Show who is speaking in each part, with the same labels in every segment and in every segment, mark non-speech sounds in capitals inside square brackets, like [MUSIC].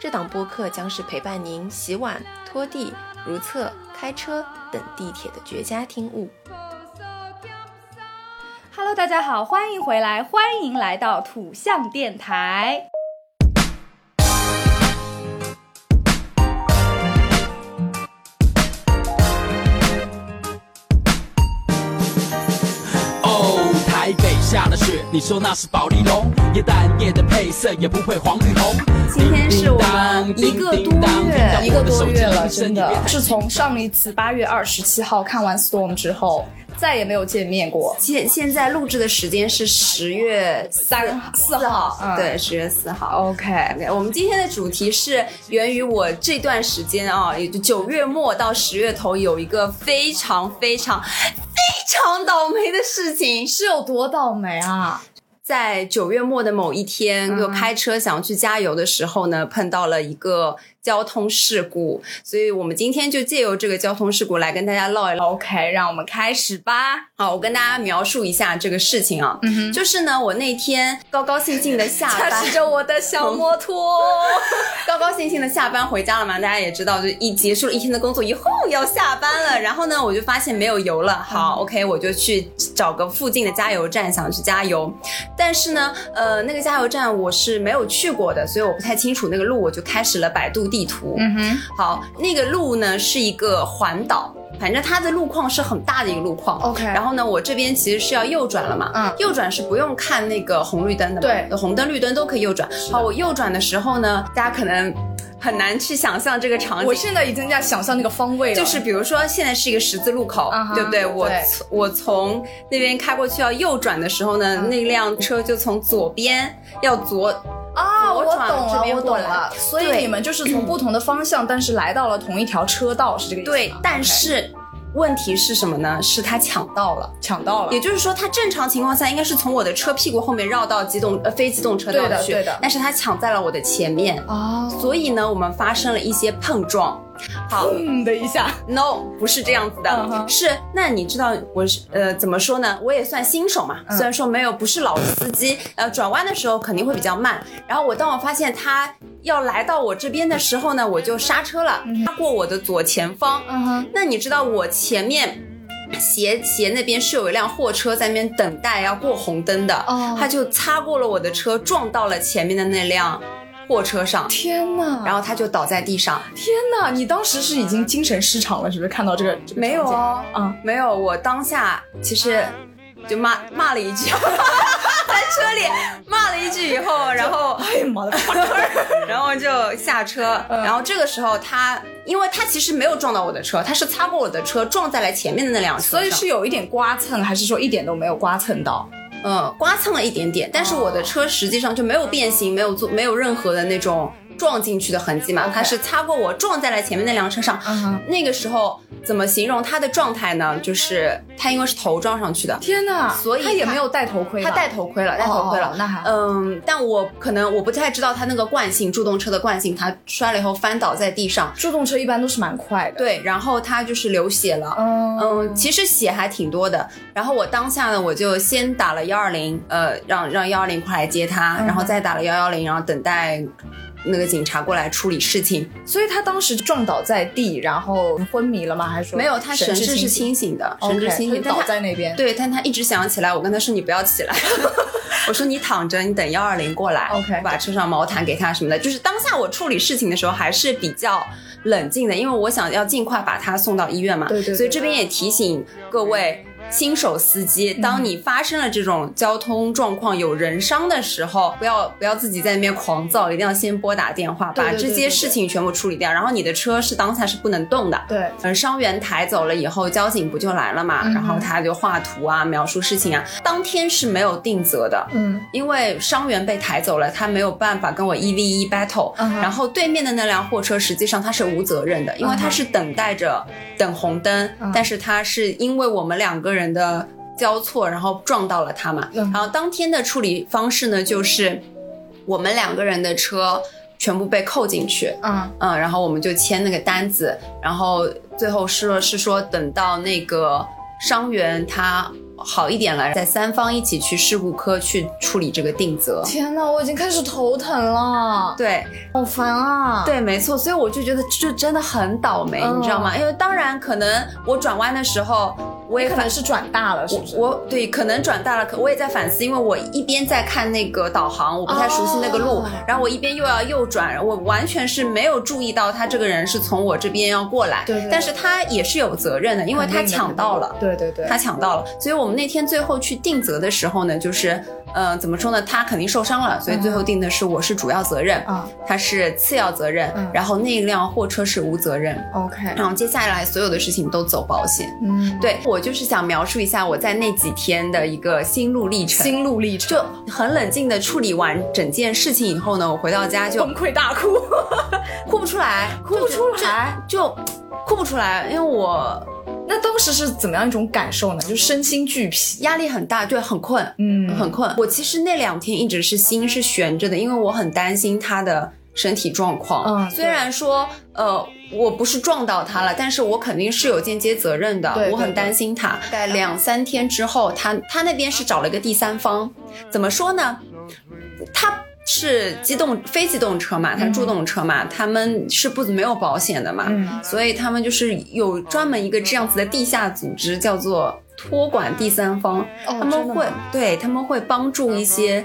Speaker 1: 这档播客将是陪伴您洗碗、拖地、如厕、开车等地铁的绝佳听物。
Speaker 2: Hello，大家好，欢迎回来，欢迎来到土象电台。
Speaker 3: 哦，台北下了雪，你说那是宝丽龙？椰蛋液的配色也不会黄绿红。
Speaker 2: 今天是我们一个多月，一个多月了，真的是从上一次八月二十七号看完《Storm》之后，再也没有见面过。
Speaker 1: 现现在录制的时间是十月
Speaker 2: 三四号，嗯
Speaker 1: 对，十月四号。
Speaker 2: ，OK，
Speaker 1: OK，我们今天的主题是源于我这段时间啊、也就九月末到十月头有一个非常非常非常倒霉的事情。
Speaker 2: 是有多倒霉啊！
Speaker 1: 在九月末的某一
Speaker 2: 嗯
Speaker 1: 天，就开车想去加油的时候呢，碰到了一个交通事故，所以我们今天就借由这个交通事故来跟大家唠一唠。
Speaker 2: OK，让我们开始吧。
Speaker 1: 好，我跟大家描述一下这个事情啊，
Speaker 2: 嗯哼
Speaker 1: 就是呢，我那天高高兴兴的下
Speaker 2: 驾
Speaker 1: 班
Speaker 2: 驶，着我的小摩托，
Speaker 1: 高高兴兴的下班回家了嘛，大家也知道，就一结束了一天的工作以后要下班了，然后呢，我就发现没有油了，
Speaker 2: 嗯
Speaker 1: 好、o k 我就去找个附近的加油站想去加油，但是呢，呃，那个加油站我是没有去过的，所以我不太清楚那个路，我就开始了百度地图。
Speaker 2: 嗯哼，
Speaker 1: 好，那个路呢是一个环岛，反正它的路况是很大的一个路况。
Speaker 2: OK
Speaker 1: 然后呢，我这边其实是要右转了嘛，
Speaker 2: 嗯
Speaker 1: 右转是不用看那个红绿灯的嘛，
Speaker 2: 对
Speaker 1: 红灯绿灯都可以右转。
Speaker 2: 的
Speaker 1: 好，我右转的时候呢，大家可能很难去想象这个场景
Speaker 2: 我。现在已经在想象那个方位了，
Speaker 1: 就是比如说，现在是一个十字路口
Speaker 2: 嗯哼
Speaker 1: 对不对？我
Speaker 2: 对
Speaker 1: 从我从那边开过去要右转的时候呢，
Speaker 2: 嗯
Speaker 1: 那辆车就从左边要左
Speaker 2: 啊，
Speaker 1: 左
Speaker 2: 我
Speaker 1: 转
Speaker 2: 懂了，
Speaker 1: 这边
Speaker 2: 我
Speaker 1: 过
Speaker 2: 懂
Speaker 1: 来
Speaker 2: 了。所以
Speaker 1: 对
Speaker 2: 你们就是从不同的方向，但是来到了同一条车道，是这个意思吗？
Speaker 1: 对
Speaker 2: 嗯 OK，
Speaker 1: 但是问题是什么呢？是他抢到了。
Speaker 2: 抢到了
Speaker 1: 也，就是说，他正常情况下应该是从我的车屁股后面绕到机动呃非机动车道
Speaker 2: 对的
Speaker 1: 去，
Speaker 2: 对的
Speaker 1: 但是他抢在了我的前面，
Speaker 2: 哦，
Speaker 1: 所以呢，我们发生了一些碰撞。好
Speaker 2: 嗯的一下，
Speaker 1: ，no，不是这样子的
Speaker 2: 嗯哼
Speaker 1: 是那你知道我是呃怎么说呢？我也算新手嘛，
Speaker 2: 嗯
Speaker 1: 虽然说没有不是老司机，呃，转弯的时候肯定会比较慢。然后我当我发现他要来到我这边的时候呢，我就刹车了，他过我的左前方，
Speaker 2: 嗯哼，
Speaker 1: 那你知道我前面斜斜那边是有一辆货车在那边等待要过红灯的，
Speaker 2: 哦
Speaker 1: 他就擦过了我的车，撞到了前面的那辆货车上，
Speaker 2: 天哪，
Speaker 1: 然后他就倒在地上。
Speaker 2: 天哪，你当时是已经精神失常了，是不是？看到这个这个
Speaker 1: 没有
Speaker 2: 场景
Speaker 1: 哦，
Speaker 2: 啊，
Speaker 1: 没有，我当下其实就骂骂了一
Speaker 2: [LAUGHS]
Speaker 1: 句，在车里骂了一句以后，然后
Speaker 2: 哎呀
Speaker 1: [LAUGHS]
Speaker 2: 妈的，
Speaker 1: 然后就下车，
Speaker 2: 嗯
Speaker 1: 然后这个时候他。因为他其实没有撞到我的车，他是擦过我的车，撞在了前面的那辆车上。
Speaker 2: 所以是有一点刮蹭，还是说一点都没有刮蹭到？
Speaker 1: 嗯，刮蹭了一点点，但是
Speaker 2: 哦
Speaker 1: 我的车实际上就没有变形，没有做，没有任何的那种撞进去的痕迹嘛
Speaker 2: OK
Speaker 1: 它是擦过我，撞在了前面那辆车上。
Speaker 2: 嗯哼，
Speaker 1: 那个时候怎么形容他的状态呢？就是他因为是头撞上去的，
Speaker 2: 天哪，
Speaker 1: 所以
Speaker 2: 他也
Speaker 1: 他
Speaker 2: 没有戴头盔吧，
Speaker 1: 他戴头盔了，戴头盔了。
Speaker 2: 哦那还
Speaker 1: 嗯，但我可能我不太知道他那个惯性，助动车的惯性，他摔了以后翻倒在地上，
Speaker 2: 助动车一般都是蛮快的，，
Speaker 1: 对，然后他就是流血了。
Speaker 2: 嗯
Speaker 1: 嗯，其实血还挺多的。然后我当下呢，我就先打了幺二零，呃，让让幺二零快来接他，
Speaker 2: 嗯
Speaker 1: 然后再打了幺幺零，然后等待那个警察过来处理事情。
Speaker 2: 所以他当时撞倒在地，然后昏迷了吗？还是说
Speaker 1: 没有，他神志是清醒的，神志
Speaker 2: OK，
Speaker 1: 清醒，
Speaker 2: 他就倒
Speaker 1: 但他
Speaker 2: 在那边。
Speaker 1: 对，但他一直想要起来，我跟他说你不要起来， [LAUGHS] 我说你躺着，你等幺二零过来
Speaker 2: OK
Speaker 1: 我把车上毛毯给他什么的。就是当下我处理事情的时候还是比较冷静的，因为我想要尽快把他送到医院嘛。
Speaker 2: 对对对
Speaker 1: 所以这边也提醒各位。新手司机，当你发生了这种交通状况有人伤的时候，不要不要自己在那边狂躁，一定要先拨打电话，
Speaker 2: 对对
Speaker 1: 把
Speaker 2: 对
Speaker 1: 这
Speaker 2: 对
Speaker 1: 些
Speaker 2: 对
Speaker 1: 事情全部处理掉。然后你的车是当下是不能动的，
Speaker 2: 对，
Speaker 1: 嗯，伤员抬走了以后，交警不就来了嘛？
Speaker 2: 嗯
Speaker 1: 然后他就画图啊，描述事情啊。当天是没有定责的，
Speaker 2: 嗯，
Speaker 1: 因为伤员被抬走了，他没有办法跟我一 v 一 battle、
Speaker 2: 嗯哼
Speaker 1: 然后对面的那辆货车实际上他是无责任的，因为他是等待着等红灯，
Speaker 2: 嗯
Speaker 1: 但是他是因为我们两个人的交错，然后撞到了他嘛。
Speaker 2: 嗯
Speaker 1: 然后当天的处理方式呢，就是我们两个人的车全部被扣进去，
Speaker 2: 嗯，
Speaker 1: 嗯，然后我们就签那个单子，然后最后是是说等到那个伤员他好一点了，再三方一起去事故科去处理这个定责。
Speaker 2: 天呐，我已经开始头疼了，
Speaker 1: 对
Speaker 2: 好烦啊！，
Speaker 1: 对，没错，所以我就觉得这真的很倒霉，
Speaker 2: 嗯
Speaker 1: 你知道吗？因为当然可能我转弯的时候，我也
Speaker 2: 可
Speaker 1: 反
Speaker 2: 能是转大了，是不是？
Speaker 1: 我我对可能转大了，可我也在反思，因为我一边在看那个导航，我不太熟悉那个路，
Speaker 2: 哦
Speaker 1: 然后我一边又要右转，我完全是没有注意到他这个人是从我这边要过来，
Speaker 2: 对对对
Speaker 1: 但是他也是有责任的，因为他抢到了。
Speaker 2: 对对对，
Speaker 1: 他抢到了，所以我们那天最后去定责的时候呢，就是，呃，怎么说呢？他肯定受伤了，所以最后定的是我是主要责任，
Speaker 2: 啊
Speaker 1: 他是次要责任，
Speaker 2: 嗯
Speaker 1: 然后那辆货车是无责任，
Speaker 2: ，OK，
Speaker 1: 然后接下来所有的事情都走保险。
Speaker 2: 嗯，
Speaker 1: 对我就是想描述一下我在那几天的一个心路历程。
Speaker 2: 心路历程，
Speaker 1: 就很冷静的处理完整件事情以后呢，我回到家就
Speaker 2: 崩溃大哭，
Speaker 1: 哭不出来，哭
Speaker 2: 不出来，
Speaker 1: 就哭不出来，因为我
Speaker 2: [LAUGHS] 那当时是怎么样一种感受呢？就身心俱疲，
Speaker 1: 压力很大，对，很困，
Speaker 2: 嗯
Speaker 1: 很哦困。我其实那两天一直是心是悬着的，因为我很担心他的身体状况。
Speaker 2: 嗯
Speaker 1: 虽然说呃我不是撞到他了，但是我肯定是有间接责任的
Speaker 2: 对，
Speaker 1: 我很
Speaker 2: 对
Speaker 1: 担心他。在两三天之后，他他那边是找了一个第三方，怎么说呢？他。是机动非机动车嘛，他助动车嘛，他们是不没有保险的嘛，
Speaker 2: 嗯
Speaker 1: 所以他们就是有专门一个这样子的地下组织，叫做托管第三方，
Speaker 2: 哦
Speaker 1: 他们
Speaker 2: 真的
Speaker 1: 会
Speaker 2: 吗
Speaker 1: 对他们会帮助一些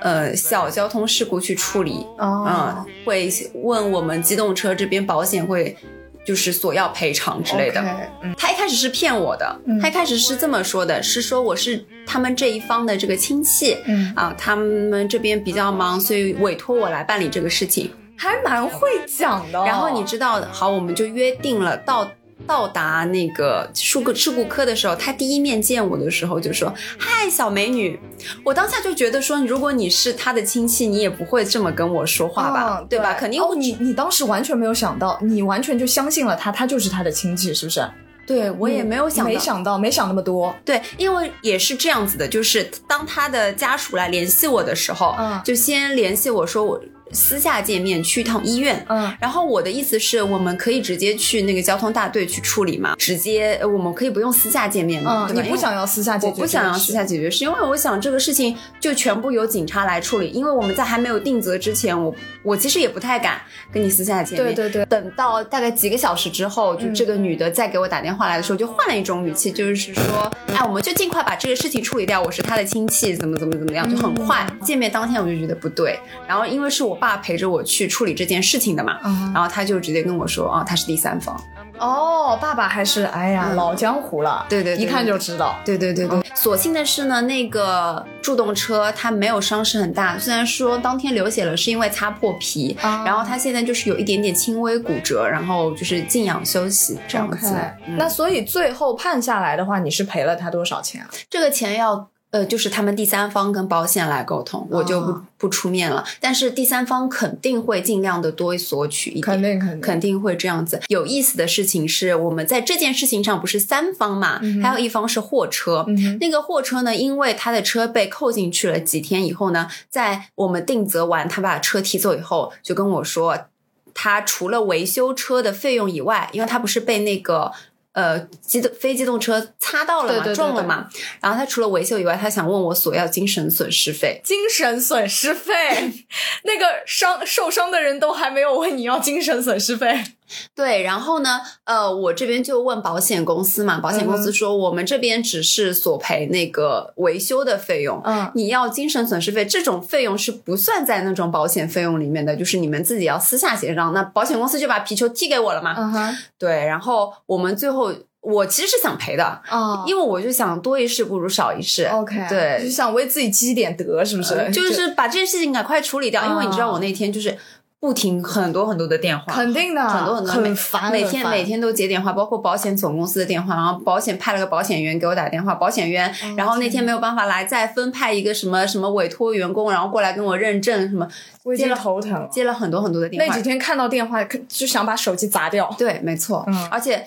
Speaker 1: 呃小交通事故去处理，
Speaker 2: 哦
Speaker 1: 嗯，会问我们机动车这边保险会就是索要赔偿之类的。
Speaker 2: OK，嗯
Speaker 1: 他一开始是骗我的，
Speaker 2: 嗯
Speaker 1: 他一开始是这么说的，是说我是他们这一方的这个亲戚。
Speaker 2: 嗯，
Speaker 1: 啊，他们这边比较忙，所以委托我来办理这个事情。
Speaker 2: 还蛮会讲的哦。
Speaker 1: 然后你知道，好，我们就约定了到。到达那个事故事故科的时候，他第一面见我的时候就说：“嗨，小美女。”我当下就觉得说，如果你是他的亲戚，你也不会这么跟我说话吧，
Speaker 2: 嗯
Speaker 1: 对吧？肯定
Speaker 2: 哦，你你当时完全没有想到，你完全就相信了他，他就是他的亲戚，是不是？
Speaker 1: 对我也没有想到，
Speaker 2: 没想到，没想那么多。
Speaker 1: 对，因为也是这样子的，就是当他的家属来联系我的时候，
Speaker 2: 嗯
Speaker 1: 就先联系我说我私下见面去一趟医院，
Speaker 2: 嗯
Speaker 1: 然后我的意思是，我们可以直接去那个交通大队去处理嘛，直接呃我们可以不用私下见面嘛，
Speaker 2: 嗯，
Speaker 1: 啊对吧
Speaker 2: 你不想。要私下
Speaker 1: 因为
Speaker 2: 解
Speaker 1: 我
Speaker 2: 决？
Speaker 1: 不想要私。下解决，是因为我想这个事情就全部由警察来处理，因为我们在还没有定责之前，我我其实也不太敢跟你私下见面。嗯
Speaker 2: 对对对，
Speaker 1: 等到大概几个小时之后，就这个女的再给我打电话来的时候，就换了一种语气，就是说，哎，我们就尽快把这个事情处理掉，我是她的亲戚，怎么怎么怎么样，就很快。见面当天我就觉得不对，然后因为是我爸陪着我去处理这件事情的嘛，
Speaker 2: 嗯
Speaker 1: 然后他就直接跟我说，啊，他是第三方。
Speaker 2: 哦，爸爸还是哎呀、
Speaker 1: 嗯
Speaker 2: 老江湖了，
Speaker 1: 对对对
Speaker 2: 一看就知道。
Speaker 1: 对对对对，所幸哦的是呢，那个助动车它没有伤势很大，虽然说当天流血了是因为擦破皮，
Speaker 2: 啊
Speaker 1: 然后他现在就是有一点点轻微骨折，然后就是静养休息这样
Speaker 2: OK，
Speaker 1: 子。嗯
Speaker 2: 那所以最后判下来的话，你是赔了他多少钱啊？
Speaker 1: 这个钱要呃，就是他们第三方跟保险来沟通，我就不、
Speaker 2: 哦
Speaker 1: 不出面了。但是第三方肯定会尽量的多索取一
Speaker 2: [LAUGHS]
Speaker 1: 点，
Speaker 2: 肯定肯定
Speaker 1: 肯定会这样子。有意思的事情是，我们在这件事情上不是三方嘛，
Speaker 2: 嗯哼
Speaker 1: 还有一方是货车。
Speaker 2: 嗯哼
Speaker 1: 那个货车呢，因为他的车被扣进去了几天以后呢，在我们定责完，他把车提走以后，就跟我说，他除了维修车的费用以外，因为他不是被那个。呃，机动非机动车擦到了嘛，
Speaker 2: 对对对
Speaker 1: 撞了嘛，然后他除了维修以外，他想问我索要精神损失费。
Speaker 2: 精神损失费，那个伤受伤的人都还没有问你要精神损失费。
Speaker 1: [LAUGHS] 对，然后呢，呃，我这边就问保险公司嘛，保险公
Speaker 2: 嗯
Speaker 1: 司说我们这边只是索赔那个维修的费用，
Speaker 2: [LAUGHS] 嗯
Speaker 1: 你要精神损失费这种费用是不算在那种保险费用里面的，就是你们自己要私下协商。那保险公司就把皮球踢给我了嘛，
Speaker 2: 嗯哼，
Speaker 1: 对，然后我们最后我其实是想赔的，
Speaker 2: 啊
Speaker 1: 因为我就想多一事不如少一事。
Speaker 2: OK
Speaker 1: 对
Speaker 4: 就，想为自己积一点德，是不是？
Speaker 1: 就是嗯把这件事情赶快处理掉，因为你知道
Speaker 2: 啊
Speaker 1: 我那天就是不停很多很多的电话，
Speaker 2: 肯定的，
Speaker 1: 很多很多
Speaker 4: 很
Speaker 1: 每
Speaker 4: 烦
Speaker 1: 每
Speaker 4: 很
Speaker 1: 天
Speaker 4: 烦
Speaker 1: 每天都接电话，包括保险总公司的电话，然后保险派了个保险员给我打电话，保险员，然后那哦天没有办法来，再分派一个什么什么委托员工，然后过来跟我认证什么，
Speaker 2: 我已
Speaker 1: 接
Speaker 2: 经
Speaker 1: 了
Speaker 2: 头疼了。
Speaker 1: 接了很多很多的电
Speaker 2: 那
Speaker 1: 话
Speaker 2: 几，天看到电话，就想把手机砸掉。
Speaker 1: 对，没错，
Speaker 2: 嗯
Speaker 1: 而且。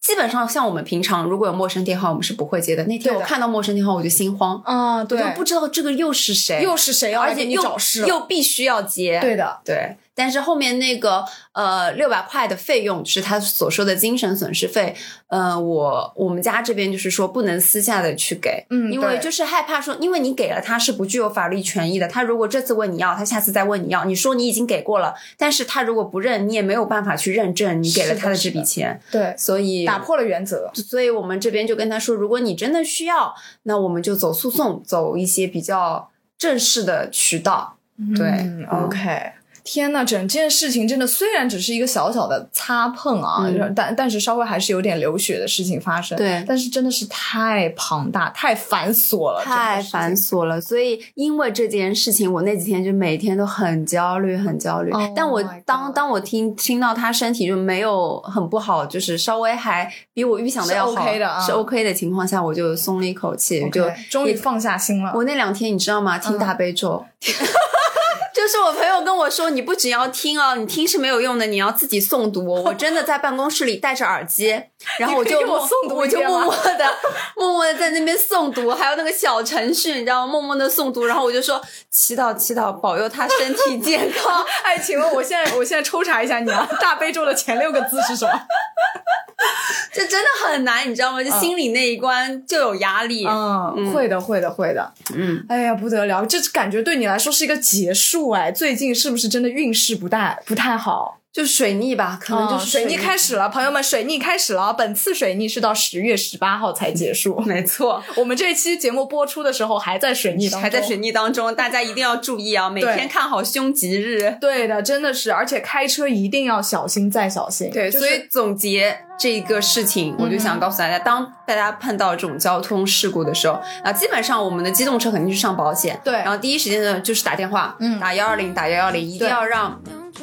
Speaker 1: 基本上像我们平常如果有陌生电话，我们是不会接的。那天
Speaker 2: 对
Speaker 1: 我
Speaker 2: 的
Speaker 1: 看到陌生电话，我就心慌，
Speaker 2: 啊，
Speaker 1: 我
Speaker 2: 对
Speaker 1: 就，不知道这个又是谁，
Speaker 2: 又是谁要来
Speaker 1: 而
Speaker 2: 给
Speaker 1: 且
Speaker 2: 你
Speaker 1: 又
Speaker 2: 找事了？
Speaker 1: 又必须要接，
Speaker 2: 对的，
Speaker 1: 对，但是后面那个呃六百块的费用是他所说的精神损失费，呃，我我们家这边就是说不能私下的去给，
Speaker 2: 嗯
Speaker 1: 因为
Speaker 2: 对
Speaker 1: 就是害怕说，因为你给了他是不具有法律权益的，他如果这次问你要，他下次再问你要，你说你已经给过了，但是他如果不认，你也没有办法去认证你给了
Speaker 2: 是的
Speaker 1: 他的
Speaker 2: 是
Speaker 1: 这笔
Speaker 2: 的
Speaker 1: 钱，
Speaker 2: 对，
Speaker 1: 所以
Speaker 2: 打破了原则。
Speaker 1: 所以我们这边就跟他说，如果你真的需要，那我们就走诉讼，走一些比较正式的渠道，对、
Speaker 2: 嗯
Speaker 1: 嗯
Speaker 2: ，OK。天呐，整件事情真的虽然只是一个小小的擦碰啊，
Speaker 1: 嗯
Speaker 2: 就是但但是稍微还是有点流血的事情发生。
Speaker 1: 对
Speaker 2: 但是真的是太庞大、太繁琐了，
Speaker 1: 太繁
Speaker 2: 琐。
Speaker 1: 琐了，所以因为这件事情，我那几天就每天都很焦虑，很焦虑。
Speaker 2: Oh
Speaker 1: 但我
Speaker 2: my
Speaker 1: 当
Speaker 2: God
Speaker 1: 当我听听到他身体就没有很不好，就是稍微还比我预想的
Speaker 2: 是
Speaker 1: 要好，
Speaker 2: OK 的啊
Speaker 1: 是 OK 的情况下，我就松了一口气
Speaker 2: OK，
Speaker 1: 就
Speaker 2: 终于
Speaker 1: 也
Speaker 2: 放下心了。
Speaker 1: 我那两天你知道
Speaker 2: 嗯
Speaker 1: 吗？听大
Speaker 2: [LAUGHS]
Speaker 1: 悲咒。就是我朋友跟我说，你不只要听
Speaker 2: [LAUGHS]
Speaker 1: 哦，你听是没有用的，你要自己诵读哦。我真的在办公室里戴着
Speaker 2: [LAUGHS]
Speaker 1: 耳机，然后我就
Speaker 2: 你可以给我
Speaker 1: 默
Speaker 2: 诵读
Speaker 1: 我
Speaker 2: 一
Speaker 1: 就
Speaker 2: 遍
Speaker 1: 默
Speaker 2: 吗
Speaker 1: 默的、 [LAUGHS] 默默的在那边诵读，还有那个小程序，你知道吗？默默的诵读，然后我就说祈祷祈祷，保佑他身体
Speaker 2: [LAUGHS]
Speaker 1: 健康。
Speaker 2: 哎，请问我现在我现在抽查一下你啊，大悲咒的前六个字是什么？
Speaker 1: 这真的很难，你知道吗？就心里那一关就有压力。
Speaker 2: 嗯，会的，会的，会的。
Speaker 1: 嗯，
Speaker 2: 哎呀，不得了，这感觉对你来说是一个结束哎。最近是不是真的运势不大不太好？哦
Speaker 1: 就水逆吧，可能就是
Speaker 2: 水逆开始了，朋友们，水逆开始了。本次水逆是到十月十八号才结束。
Speaker 1: 没错。
Speaker 2: [LAUGHS] 我们这一期节目播出的时候还在水逆当中，
Speaker 1: 还在水。逆当中，大家一定要注意啊！每
Speaker 2: 对
Speaker 1: 天看好凶吉日。
Speaker 2: 对的，真的是，而且开车一定要小心再小心。
Speaker 1: 对，
Speaker 2: 就是嗯
Speaker 1: 所以总结这个事情，我就想告诉大家，当大家碰到这种交通事故的时候，啊，基本上我们的机动车肯定是上保险，
Speaker 2: 对
Speaker 1: 然后第一时间呢就是打电话，
Speaker 2: 嗯
Speaker 1: 打幺二零，打幺幺零，一定
Speaker 2: 对
Speaker 1: 要让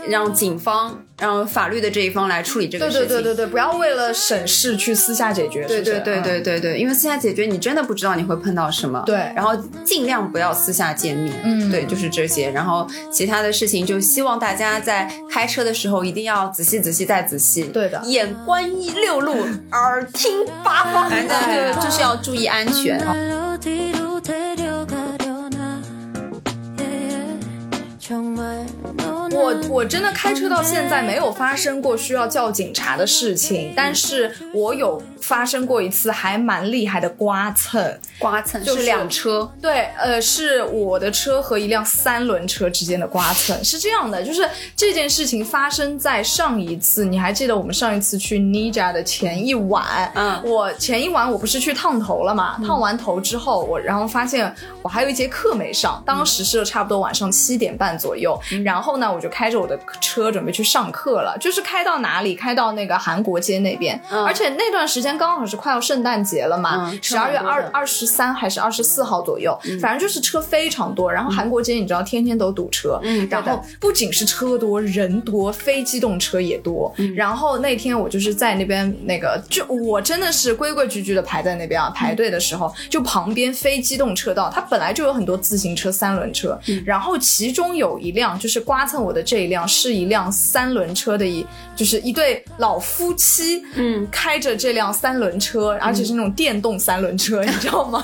Speaker 1: 让警方，让法律的这一方来处理这个
Speaker 2: 对
Speaker 1: 事情。
Speaker 2: 对对对对，不要为了省事去私下解决。
Speaker 1: 对
Speaker 2: 是不
Speaker 1: 对
Speaker 2: 是
Speaker 1: 对对对对，因为私下解决，你真的不知道你会碰到什么。
Speaker 2: 对
Speaker 1: 然后尽量不要私下见面。
Speaker 2: 嗯
Speaker 1: 对，就是这些。然后其他的事情，就希望大家在开车的时候一定要仔细、仔细再仔细。
Speaker 2: 对的
Speaker 1: 眼观一六路，耳听八方，反正
Speaker 2: 哎嗯
Speaker 1: 就就是要注意安全。哦
Speaker 5: 날로 뒤로 데려가려나 예, 예. 정말 너는
Speaker 2: 我我真的开车到现在没有发生过需要叫警察的事情，但是我有发生过一次还蛮厉害的刮蹭。
Speaker 1: 刮蹭
Speaker 2: 就是
Speaker 1: 是辆车，
Speaker 2: 对，呃，是我的车和一辆三轮车之间的刮蹭。是这样的，就是这件事情发生在上一次，你还记得我们上一次去 Nija 的前一晚？
Speaker 1: 嗯
Speaker 2: 我前一晚我不是去烫头了嘛？烫完头之后，我然后发现我还有一节课没上，当时是差不多晚上七点半左右。
Speaker 1: 嗯
Speaker 2: 然后呢，我就开着我的车准备去上课了，就是开到哪里？开到那个韩国街那边。
Speaker 1: 嗯
Speaker 2: 而且那段时间刚好是快要圣诞节了嘛
Speaker 1: 嗯，
Speaker 2: 十二、月
Speaker 1: 差不多
Speaker 2: 二
Speaker 1: 的嗯
Speaker 2: 二十三还是二十四号左右，反正就是车非常多。然后韩国街你知道天天都堵车，
Speaker 1: 嗯
Speaker 2: 然后不仅是车多人多，非机动车也多。
Speaker 1: 嗯
Speaker 2: 然后那天我就是在那边那个，就我真的是规规矩矩的排在那边啊，
Speaker 1: 嗯
Speaker 2: 排队的时候就旁边非机动车道，它本来就有很多自行车、三轮车，然后其中有一辆就是刮蹭我的这一辆是一辆三轮车的一，就是一对老夫妻，
Speaker 1: 嗯，
Speaker 2: 开着这辆三轮车，而且是那种电动三轮车，你知道吗？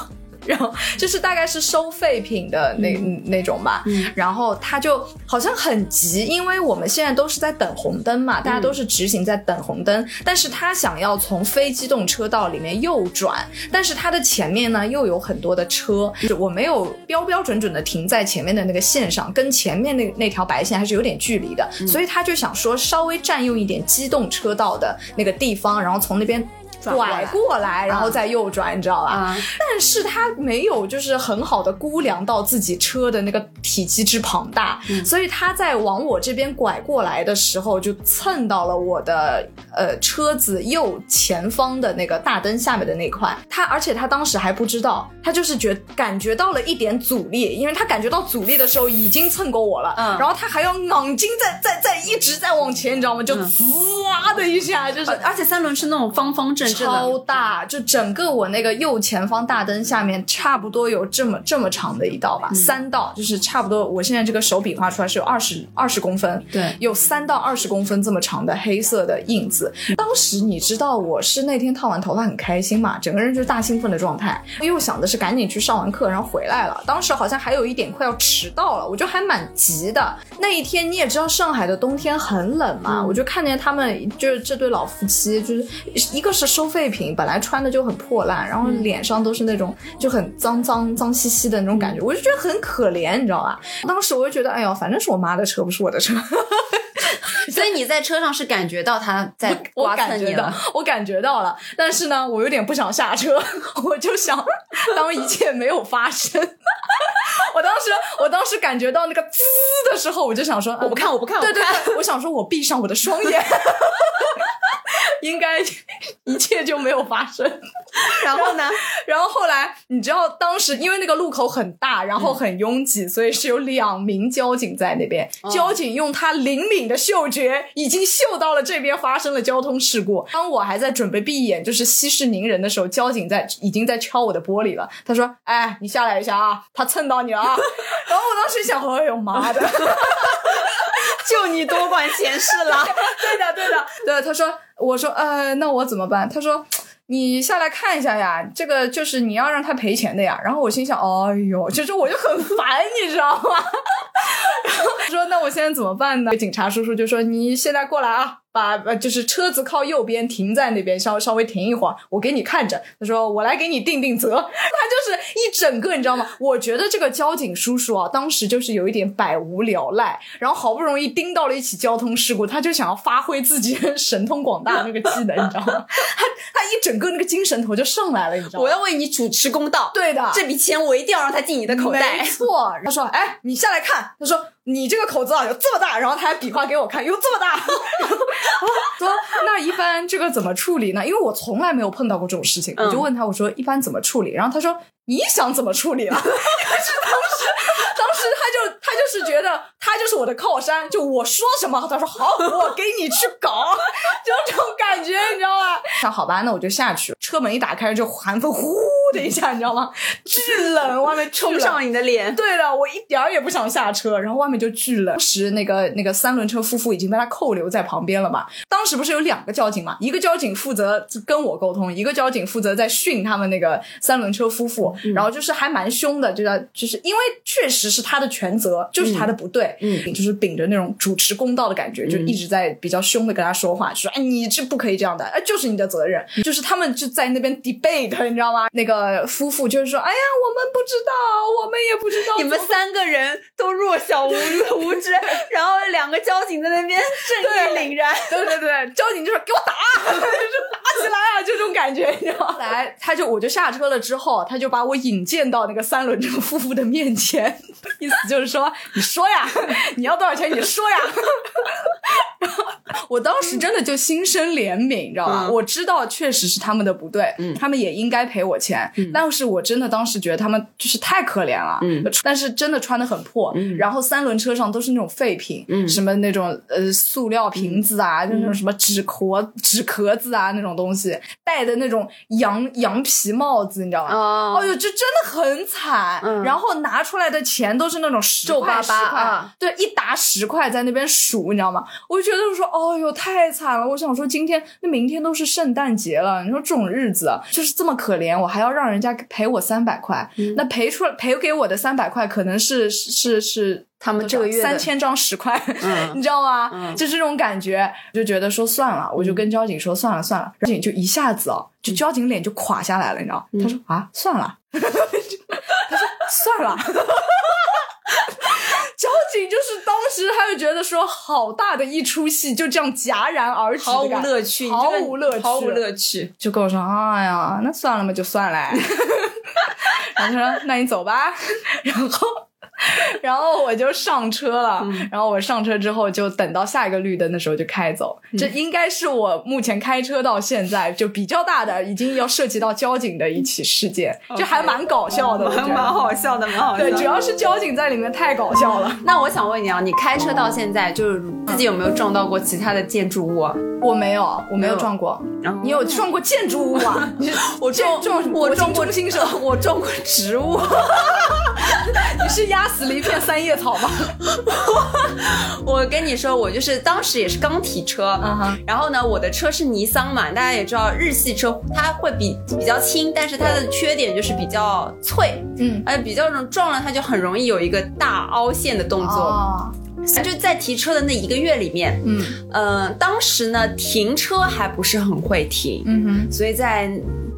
Speaker 2: 然
Speaker 1: 嗯
Speaker 2: 后就是大概是收废品的那、那种吧，
Speaker 1: 嗯
Speaker 2: 然后他就好像很急，因为我们现在都是在等红灯嘛，大家
Speaker 1: 嗯
Speaker 2: 都是直行在等红灯，但是他想要从非机动车道里面右转，但是他的前面呢又有很多的车，就是我没有标标准准的停在前面的那个线上，跟前面那那条白线还是有点距离
Speaker 1: 嗯
Speaker 2: 的，所以他就想说稍微占用一点机动车道的那个地方，然后从那边。
Speaker 1: 转过来
Speaker 2: 拐过来，然后再右转，你知道吧
Speaker 1: 啊？
Speaker 2: 但是他没有就是很好的估量到自己车的那个体积之庞大，所以他在往我这边拐过来的时候，就蹭到了我的呃车子右前方的那个大灯下面的那块。他而且他当时还不知道，他就是觉感觉到了一点阻力，因为他感觉到阻力的时候已经蹭过我了，
Speaker 1: 嗯
Speaker 2: 然后他还要昂劲在在在一直在往前，你知道吗？就唰的一下，啊就是
Speaker 1: 呃而且三轮是那种方方正正
Speaker 2: 超
Speaker 1: 的，
Speaker 2: 大，就整个我那个右前方大灯下面差不多有这么这么长的一道
Speaker 1: 嗯
Speaker 2: 吧，三道，就是差不多我现在这个手比划出来是有二十二十公分，
Speaker 1: 对
Speaker 2: 有三到二十公分这么长的黑色的印子。当时你知道我是那天烫完头发很开心嘛，整个人就是大兴奋的状态，又想的是赶紧去上完课然后回来了，当时好像还有一点快要迟到了，我就还蛮急的。那一天你也知道上海的冬天很冷嘛，我就看见他们就是这对老夫妻，就是一个是收废品，本来穿的就很破烂，然后脸上都是那种就很脏脏脏兮兮的那种感觉，我就觉得很可怜，你知道吧？当时我就觉得，哎呦，反正是我妈的车，不是我的车。
Speaker 1: 所以你在车上是感觉到他在
Speaker 2: 我
Speaker 1: 刮蹭
Speaker 2: 感
Speaker 1: 你
Speaker 2: 觉到
Speaker 1: 了。，
Speaker 2: 我感觉到了，但是呢，我有点不想下车， [LAUGHS] 我就想当一切没有发生。 [LAUGHS] 我当时，我当时感觉到那个滋的时候，我就想说，啊我
Speaker 1: 不看我不看
Speaker 2: 对
Speaker 1: 我不
Speaker 2: 对对，我想说，我闭上我的双眼， [LAUGHS] 应该一切就没有发生。
Speaker 1: 然后 [LAUGHS] 呢？
Speaker 2: 然后后来，你知道当时因为那个路口很大，然
Speaker 1: 嗯
Speaker 2: 后很拥挤，所以是有两名交警在那边。
Speaker 1: 嗯
Speaker 2: 交警用他灵敏的嗅觉，已经嗅到了这边发生了交通事故。当我还在准备闭眼，就是息事宁人的时候，交警在已经在敲我的玻璃了。他说：“哎，你下来一下啊，他蹭到你了啊。” [LAUGHS] 然后我当时想，哎呦妈的！
Speaker 1: 就你多管闲事了。
Speaker 2: 对的，对的，对。他说，我说，呃，那我怎么办？他说。你下来看一下呀，这个就是你要让他赔钱的呀。然后我心想，哎呦，其实我就很烦，你知道吗？然后说那我现在怎么办呢？警察叔叔就说你现在过来啊，把呃就是车子靠右边停在那边，稍稍微停一会儿，我给你看着。他说我来给你定定责。 [LAUGHS] 他就是一整个，你知道吗？我觉得这个交警叔叔啊，当时就是有一点百无聊赖，然后好不容易盯到了一起交通事故，他就想要发挥自己 [LAUGHS] 神通广大的那个技能，你知道吗？他他一整个那个精神头就上来了，你知道吗？
Speaker 1: [LAUGHS] 我要为你主持公道。
Speaker 2: 对的，
Speaker 1: 这笔钱我一定要让他进你的口袋
Speaker 2: 没。错，他说：“哎，你下来看。”他说：“你这个口子啊有这么大。”然后他还比划给我看，有这么大。 [LAUGHS] 然后说：“那一般这个怎么处理呢？”因为我从来没有碰到过这种事情，
Speaker 1: 嗯
Speaker 2: 我就问他：“我说一般怎么处理？”然后他说：“你想怎么处理了？”啊 [LAUGHS] 就是当时，当时他就他就是觉得他就是我的靠山，就我说什么，他说好，我给你去搞， [LAUGHS] 就这种感觉，你知道吗？那好吧，那我就下去了。车门一打开，就寒风呼的一下，你知道吗？巨冷，外面
Speaker 1: 冲
Speaker 2: 冲
Speaker 1: 上了你的脸，
Speaker 2: 对的，我一点儿也不想下车，然后外面就巨冷。当时那个那个三轮车夫妇已经被他扣留在旁边了嘛。当时不是有两个交警嘛，一个交警负责跟我沟通，一个交警负责在训他们那个三轮车夫妇，
Speaker 1: 嗯
Speaker 2: 然后就是还蛮凶的，就是就是因为确实是他的全责，就是他的不对，
Speaker 1: 嗯
Speaker 2: 就是秉着那种主持公道的感觉，就一直在比较凶的跟他说话，说哎你这不可以这样的，哎就是你的责任，就是他们就在那边 debate，你知道吗？那个夫妇就是说，哎呀我们不知道，我们也不知道，
Speaker 1: [LAUGHS] [LAUGHS] 你们三个人都弱 [LAUGHS] 小无无知，然后两个交警在那边正义凛然。
Speaker 2: [LAUGHS] 对对对，交警就是给我打，啊 [LAUGHS] 就是打起来啊，就这种感觉，你知道吗？来，他就我就下车了之后，他就把我引荐到那个三轮车夫妇的面前， [LAUGHS] 意思就是说，你说呀，你要多少钱？你说呀。然后我当时真的就心生怜悯，你知道吧？
Speaker 1: 嗯
Speaker 2: 我知道确实是他们的不对，他们也应该赔我钱，但是我真的当时觉得他们就是太可怜了，
Speaker 1: 嗯
Speaker 2: 但是真的穿的很破，然后三轮车上都是那种废品，
Speaker 1: 嗯
Speaker 2: 什么那种呃塑料瓶子啊，就那种什么纸壳、纸壳子啊那种东西，戴的那种羊羊皮帽子，你知道吗？
Speaker 1: 哦
Speaker 2: 哎呦，这真的很惨。
Speaker 1: 嗯
Speaker 2: 然后拿出来的钱都是那种十
Speaker 1: 皱
Speaker 2: 块
Speaker 1: 巴巴
Speaker 2: 十块，
Speaker 1: 啊
Speaker 2: 对，一沓十块在那边数，你知道吗？我就觉得说，哦呦，太惨了。我想说，今天那明天都是圣诞节了，你说这种日子就是这么可怜，我还要让人家赔我三百块，
Speaker 1: 嗯
Speaker 2: 那赔出来赔给我的三百块可能是是是。
Speaker 1: 他们这个月的
Speaker 2: 三千张十块，[LAUGHS]
Speaker 1: 嗯
Speaker 2: 你知道吗？
Speaker 1: 嗯
Speaker 2: 就是这种感觉，就觉得说算了，我就跟交警说算了算了，交警就一下子哦，
Speaker 1: 嗯
Speaker 2: 就交警脸就垮下来了，你知道？他说 [LAUGHS] 啊，算了，他说算了， [LAUGHS] 交警就是当时他就觉得说，好大的一出戏就这样戛然而止的
Speaker 1: 毫无
Speaker 2: 感觉
Speaker 1: 乐趣，
Speaker 2: 毫
Speaker 1: 你这个
Speaker 2: 无乐趣，
Speaker 1: 毫无乐趣。
Speaker 2: 就跟我说：“哎呀，那算了嘛，就算了。” [LAUGHS] 然后他说：“那你走吧。” [LAUGHS] 然后，然后我就上车了。
Speaker 1: 嗯
Speaker 2: 然后我上车之后，就等到下一个绿灯的时候就开走。
Speaker 1: 嗯
Speaker 2: 这应该是我目前开车到现在就比较大的，已经要涉及到交警的一起事件，就还蛮搞笑的。我觉
Speaker 1: 哦蛮蛮
Speaker 2: 得
Speaker 1: 好笑的，蛮好笑
Speaker 2: 对，主
Speaker 1: 的。
Speaker 2: 要是交警在里面太搞笑了。
Speaker 1: 那我想问你啊，你开车到现在，就是自己有没有撞到过其他的建筑物啊？
Speaker 2: 我没有，我没有
Speaker 1: 没有
Speaker 2: 撞过。
Speaker 1: 然后
Speaker 2: 你有撞过建筑物
Speaker 1: [LAUGHS]
Speaker 2: 啊？ [LAUGHS]
Speaker 1: 我撞
Speaker 2: 这种
Speaker 1: 我
Speaker 2: 国
Speaker 1: 撞
Speaker 2: 境
Speaker 1: 过
Speaker 2: 中心是吧
Speaker 1: [LAUGHS] 我撞过植物，
Speaker 2: [LAUGHS] 你是压死了一片三叶草吗？
Speaker 1: [LAUGHS] 我跟你说，我就是当时也是刚提车
Speaker 2: 嗯哼
Speaker 1: 然后呢，我的车是尼桑嘛，大家也知道日系车它会比比较轻，但是它的缺点就是比较脆，
Speaker 2: 嗯，
Speaker 1: 哎，比较那种撞了它就很容易有一个大凹陷的动作。
Speaker 2: 哦，
Speaker 1: 就在提车的那一个月里面，
Speaker 2: 嗯
Speaker 1: 呃，当时呢停车还不是很会停，
Speaker 2: 嗯哼。
Speaker 1: 所以在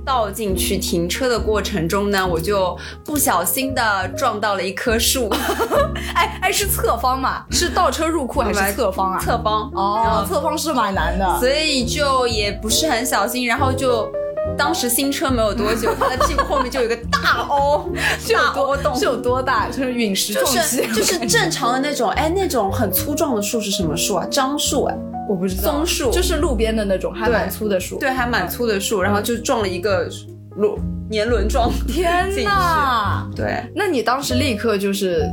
Speaker 1: 倒进去停车的过程中呢，我就不小心的撞到了一棵树， [LAUGHS]
Speaker 2: 哎哎，是侧方嘛？是倒车入库还是侧方啊？
Speaker 1: 侧嗯方，
Speaker 2: 哦，侧方是蛮难的。
Speaker 1: 所以就也不是很小心，然后就。当时新车没有多久， [LAUGHS] 它的屁股后面就有一个大 [LAUGHS] 凹，大凹
Speaker 2: [LAUGHS]
Speaker 1: 洞，
Speaker 2: 是有多大？就是陨石撞
Speaker 1: 就
Speaker 2: 击
Speaker 1: 是，就是正常的那种，哎，那种很粗壮的树是什么树啊？樟树哎，
Speaker 2: 我不知道，
Speaker 1: 松树
Speaker 2: 就是路边的那种，还蛮
Speaker 1: 对
Speaker 2: 粗的树。，
Speaker 1: 对，还蛮粗的树，然后就撞了一个轮年轮撞，
Speaker 2: 天呐！
Speaker 1: 对，
Speaker 2: 那你当时立刻就是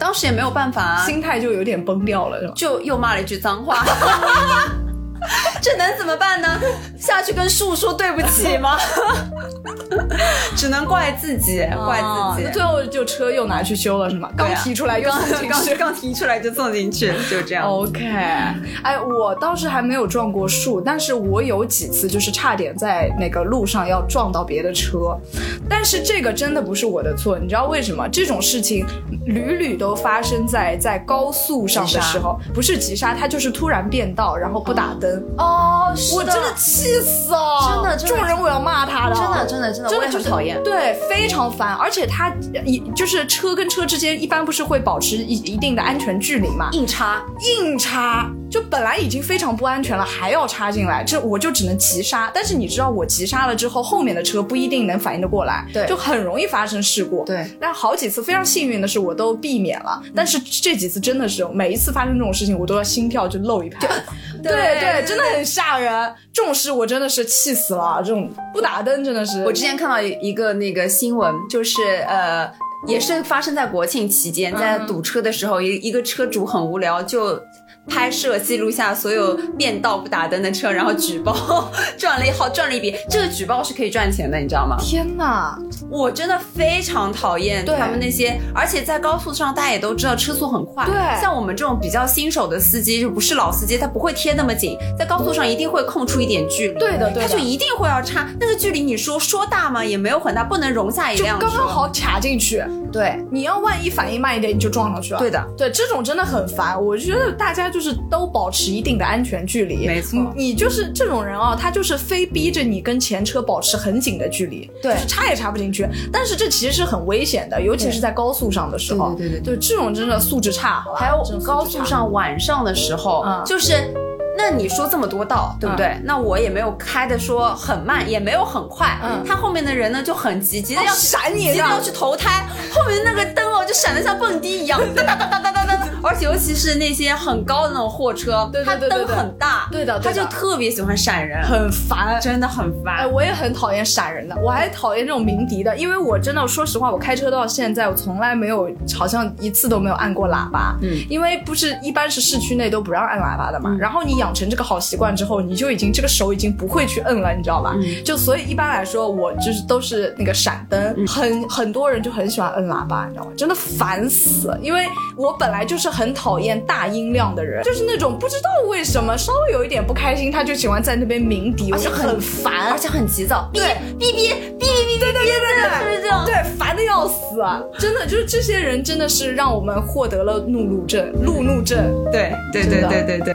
Speaker 1: 当时也没有办法啊，
Speaker 2: 心态就有点崩掉了，是吗？
Speaker 1: 就又骂了一句
Speaker 2: [LAUGHS]
Speaker 1: 脏话，这能怎么办呢？下去跟树说对不起吗？ [LAUGHS] 只能怪自己，怪
Speaker 2: 哦
Speaker 1: 自己
Speaker 2: 那。最后就车又拿去修了，是吗？
Speaker 1: 对
Speaker 2: 刚
Speaker 1: 啊
Speaker 2: 提出来又
Speaker 1: [LAUGHS] 刚
Speaker 2: 送进
Speaker 1: 刚
Speaker 2: 去。
Speaker 1: 刚提出来就送进去，就这样。
Speaker 2: OK，哎，我倒是还没有撞过树，但是我有几次就是差点在那个路上要撞到别的车，但是这个真的不是我的错，你知道为什么？这种事情屡屡都发生在在高速上的时候，不是急刹，它就是突然变道，然后不打灯，
Speaker 1: 哦，是
Speaker 2: 我真的气死了，
Speaker 1: 真的
Speaker 2: 这
Speaker 1: 真的
Speaker 2: 种人我要骂他的，哦
Speaker 1: 真的真的真的，
Speaker 2: 真
Speaker 1: 我
Speaker 2: 的
Speaker 1: 也
Speaker 2: 就
Speaker 1: 很
Speaker 2: 是
Speaker 1: 讨厌。
Speaker 2: 对，非常烦，而且他一就是车跟车之间一般不是会保持一一定的安全距离嘛，
Speaker 1: 硬插，
Speaker 2: 硬插，就本来已经非常不安全了，还要插进来，这我就只能急刹。但是你知道，我急刹了之后，后面的车不一定能反应得过来，
Speaker 1: 对
Speaker 2: 就很容易发生事故。
Speaker 1: 对，嗯
Speaker 2: 但好几次非常幸运的是，我都避免了。但是这几次真的是，每一次发生这种事情，我都要心跳就漏一拍。对
Speaker 1: [LAUGHS] 对
Speaker 2: 真的很吓人。这种事我真的是气死了，这种不打灯真的是
Speaker 1: 我之前看到一个那个新闻，就是呃，也是发生在国庆期间，在堵车的时候，一、一个车主很无聊，就拍摄记录下所有变道不打灯的车，然后举报， [LAUGHS] 赚了一好赚了一笔。这个举报是可以赚钱的，你知道吗？
Speaker 2: 天哪，
Speaker 1: 我真的非常讨厌
Speaker 2: 对
Speaker 1: 他们那些，而且在高速上，大家也都知道车速很快。
Speaker 2: 对
Speaker 1: 像我们这种比较新手的司机，就不是老司机，他不会贴那么紧，在高速上一定会空出一点距离。
Speaker 2: 对的对的
Speaker 1: 他就一定会要差那个距离。你说说大吗？也没有很大，不能容下一
Speaker 2: 就
Speaker 1: 辆
Speaker 2: 刚
Speaker 1: 车。
Speaker 2: 刚好卡进去。
Speaker 1: 对
Speaker 2: 你要万一反应慢一点，你就撞上去了。
Speaker 1: 对的，
Speaker 2: 对，这种真的很烦。我觉得大家就是都保持一定的安全距离。
Speaker 1: 没错
Speaker 2: 你你就是这种人啊，他就是非逼着你跟前车保持很紧的距离，
Speaker 1: 对
Speaker 2: 就是插也插不进去。但是这其实是很危险的，尤其是在高速上的时候。
Speaker 1: 对对对
Speaker 2: 对，这种真的素质差，好吧
Speaker 1: 还有
Speaker 2: 真的素质差
Speaker 1: 高速上晚上的时候，
Speaker 2: 嗯
Speaker 1: 就是。那你说这么多道，对不对？那我也没有开的说很慢，也没有很快。
Speaker 2: 嗯
Speaker 1: 他后面的人呢就很急，急的
Speaker 2: 他
Speaker 1: 要
Speaker 2: 闪你
Speaker 1: 急着要
Speaker 2: 的，
Speaker 1: 去投胎，后面那个灯哦就闪得像蹦迪一样， [LAUGHS] 哒哒哒哒哒哒哒。而且尤其是那些很高的那种货车
Speaker 2: 对，
Speaker 1: 它
Speaker 2: 对对对
Speaker 1: 灯
Speaker 2: 对
Speaker 1: 很大，
Speaker 2: 对的
Speaker 1: 它
Speaker 2: 对
Speaker 1: 就
Speaker 2: 的
Speaker 1: 特别喜欢闪人，
Speaker 2: 很烦。
Speaker 1: 真的很
Speaker 2: 哎，
Speaker 1: 烦。
Speaker 2: 我也很讨厌闪人的，我还讨厌这种鸣笛的，因为我真的说实话，我开车到现在，我从来没有好像一次都没有按过喇叭，
Speaker 1: 嗯，
Speaker 2: 因为不是一般是市区内都不让按喇叭的嘛，然后你养成这个好习惯之后，你就已经这个手已经不会去摁了，你知道吧？
Speaker 1: 嗯
Speaker 2: 就所以一般来说，我就是都是那个闪灯，
Speaker 1: 嗯
Speaker 2: 很很多人就很喜欢摁喇叭，你知道吗？真的烦死，因为我本来就是很讨厌大音量的人，就是那种不知道为什么稍微有一点不开心，他就喜欢在那边鸣笛，我
Speaker 1: 而且
Speaker 2: 就
Speaker 1: 很
Speaker 2: 很烦，
Speaker 1: 而且很急躁，
Speaker 2: 对，
Speaker 1: 哔哔哔哔哔，对对对对，是不是这样？
Speaker 2: 对，烦的要死啊！真的，就是这些人真的是让我们获得了怒路症，路怒症。
Speaker 1: 对对
Speaker 2: 真
Speaker 1: 对
Speaker 2: 的
Speaker 1: 对对对。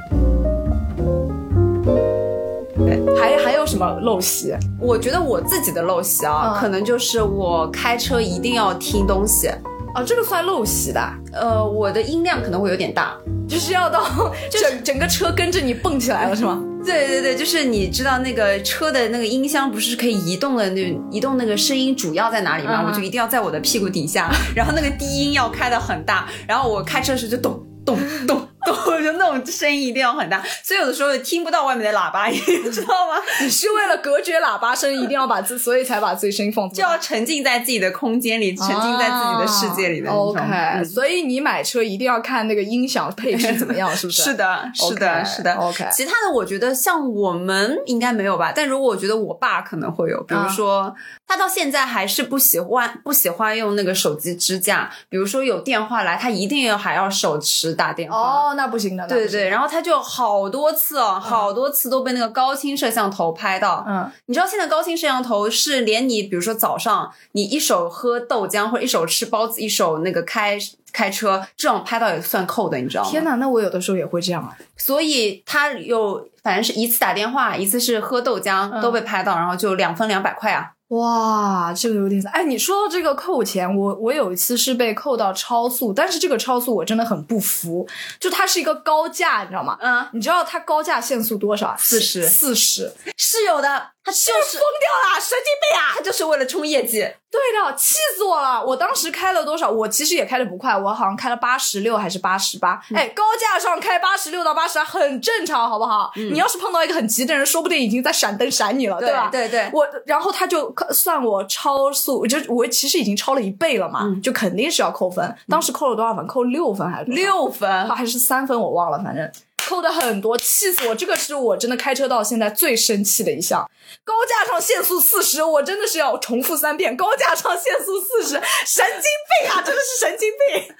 Speaker 2: 还还有什么陋习？
Speaker 1: 我觉得我自己的陋习啊，
Speaker 2: 嗯
Speaker 1: 可能就是我开车一定要听东西。
Speaker 2: 啊，这个算陋习的，
Speaker 1: 呃，我的音量可能会有点大。
Speaker 2: 就是要到
Speaker 1: [LAUGHS]
Speaker 2: 整整个车跟着你蹦起来了是吗？ [LAUGHS]
Speaker 1: 对对对，就是你知道那个车的那个音箱不是可以移动的那移动那个声音主要在哪里吗？
Speaker 2: 嗯
Speaker 1: 我就一定要在我的屁股底下， [LAUGHS] 然后那个低音要开的很大，然后我开车的时候就咚咚咚咚， [LAUGHS] 就那种声音一定要很大，所以有的时候听不到外面的喇叭音， [LAUGHS] 你知道吗？
Speaker 2: 你是为了隔绝喇叭声，一定要把自，所以才把自己声音放
Speaker 1: 就
Speaker 2: 这么
Speaker 1: 要
Speaker 2: 大。啊
Speaker 1: 沉浸在自己的空间里，沉浸在自己的世界里的那种。
Speaker 2: 哦 OK，、
Speaker 1: 嗯
Speaker 2: 所以你买车一定要看那个音响配置怎么样，是不是？
Speaker 1: [LAUGHS] 是的，是的，
Speaker 2: OK，
Speaker 1: 是的。
Speaker 2: OK
Speaker 1: 其他的我觉得像我们应该没有吧，但如果我觉得我爸可能会有，比如说、
Speaker 2: 啊
Speaker 1: 他到现在还是不喜欢不喜欢用那个手机支架，比如说有电话来，他一定要还要手持打电话。
Speaker 2: 哦，那不行的，那
Speaker 1: 对
Speaker 2: 不行
Speaker 1: 对，然后他就好多次哦，好多次都被那个高清摄像头拍到。
Speaker 2: 嗯，
Speaker 1: 你知道现在高清摄像头是连你，比如说早上你一手喝豆浆，或者一手吃包子，一手那个开开车，这种拍到也算扣的，你知道吗？
Speaker 2: 天哪，那我有的时候也会这样啊。
Speaker 1: 所以他有反正是一次打电话，一次是喝豆浆、
Speaker 2: 嗯
Speaker 1: 都被拍到，然后就两分两百块啊。
Speaker 2: 哇，这个有点惨……哎，你说到这个扣钱，我我有一次是被扣到超速，但是这个超速我真的很不服，就它是一个高架，你知道吗？
Speaker 1: 嗯，
Speaker 2: 你知道它高架限速多少啊？
Speaker 1: 40
Speaker 2: 四十。
Speaker 1: 是有的，他就是疯掉了，神经病啊！他就是为了冲业绩，
Speaker 2: 对的，气死我了！我当时开了多少？我其实也开的不快，我好像开了八十六还是八十八。
Speaker 1: 嗯
Speaker 2: 哎，高架上开八十六到八十很正常，好不好？你要是碰到一个很急的人，说不定已经在闪灯闪你了，
Speaker 1: 嗯对
Speaker 2: 吧？
Speaker 1: 对对
Speaker 2: 我然后他就算我超速，就我其实已经超了一倍了嘛，就肯定是要扣分。当时扣了多少分？扣嗯六分还是多少
Speaker 1: 六分
Speaker 2: 啊，。还是三分，我忘了，反正扣的很多，气死我！这个是我真的开车到现在最生气的一项。高架上限速四十，我真的是要重复三遍，高架上限速四十，神经病啊！真的是神经病，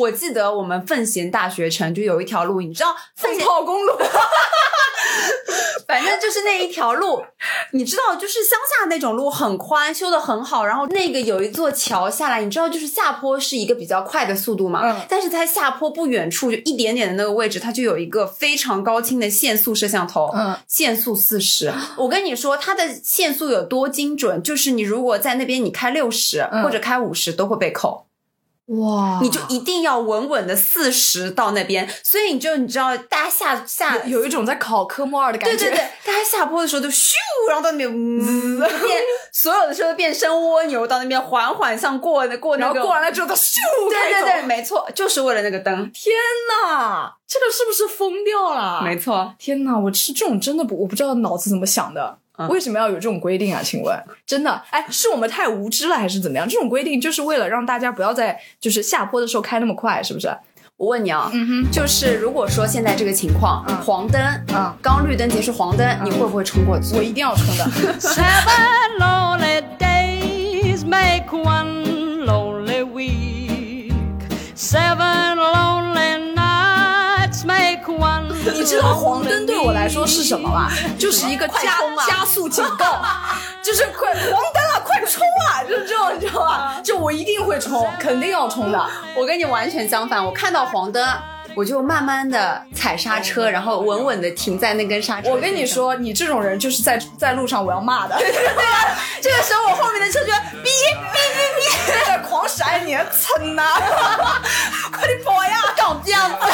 Speaker 1: 我记得我们奉贤大学城就有一条路，你知道奉
Speaker 2: 凤
Speaker 1: 贤，
Speaker 2: 炮公路。
Speaker 1: [LAUGHS] 反正就是那一条路，你知道就是乡下那种路很宽，修的很好，然后那个有一座桥下来，你知道就是下坡是一个比较快的速度嘛，
Speaker 2: 嗯
Speaker 1: 但是在下坡不远处就一点点的那个位置，它就有一个非常高清的限速摄像头，
Speaker 2: 嗯，
Speaker 1: 限速四十。我跟你说，它的限速有多精准，就是你如果在那边你开六十、
Speaker 2: 嗯
Speaker 1: 或者开五十都会被扣。
Speaker 2: 哇
Speaker 1: 你就一定要稳稳的四十到那边，所以你就你知道，大家下下
Speaker 2: [LAUGHS] 有一种在考科目二的感
Speaker 1: 对
Speaker 2: 觉。
Speaker 1: 对对，大家下坡的时候就咻，然后到那边嗯，就 [LAUGHS] 变所有的车都变身蜗牛，到那边缓缓像过过
Speaker 2: 然
Speaker 1: 那
Speaker 2: 后
Speaker 1: 个，
Speaker 2: 过完了之后，它咻
Speaker 1: 对
Speaker 2: 开
Speaker 1: 对
Speaker 2: 走
Speaker 1: 对，，没错，就是为了那个灯，
Speaker 2: 天哪，这个是不是疯掉了？
Speaker 1: 没错，
Speaker 2: 天哪，我吃这种真的不，我不知道脑子怎么想的。
Speaker 1: 嗯
Speaker 2: 为什么要有这种规定啊？请问，真的，哎，是我们太无知了，还是怎么样？这种规定就是为了让大家不要在就是下坡的时候开那么快，是不是？
Speaker 1: 我问你啊。
Speaker 2: 嗯哼，
Speaker 1: 就是如果说现在这个情况，
Speaker 2: 嗯
Speaker 1: 哦黄灯，
Speaker 2: 嗯
Speaker 1: 刚绿灯结束黄灯，你会不会冲过去？
Speaker 2: 我一定要冲的。
Speaker 6: Seven lonely days make one lonely week. Seven lonely nights make one.
Speaker 2: [LAUGHS] 你知道黄灯对我来说是什么吗
Speaker 6: lonely？
Speaker 2: 就是一个加
Speaker 1: 冲啊
Speaker 2: 加速警
Speaker 1: [LAUGHS]
Speaker 2: 告，就是快黄灯了，快冲啊！就是这种，你知道吧？就我一定会冲，肯定要冲的。
Speaker 1: 我跟你完全相反，我看到黄灯，我就慢慢的踩刹车，然后稳稳的停在那根刹车。
Speaker 2: 我跟你，说，你这种人就是在在路上我要骂的。 [LAUGHS]
Speaker 1: 这个时候我后面的车就哔哔
Speaker 2: 在狂闪你，蹭呐、 [LAUGHS] 快点跑呀！长这样子， [LAUGHS]